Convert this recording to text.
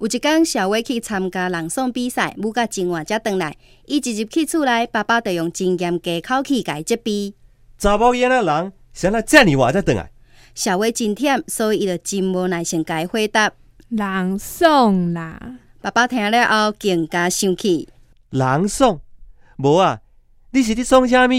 有一天，小伟去参加朗诵比赛，舞到真晚才回来。伊一入去厝内，爸爸就用真严格口气甲伊责备。查某囡仔人，谁那遮尔晚才转来？小伟真忝，所以伊就真无耐性甲伊回答。朗诵啦，爸爸听了后更加生气。人爽，无啊？你是伫爽啥物？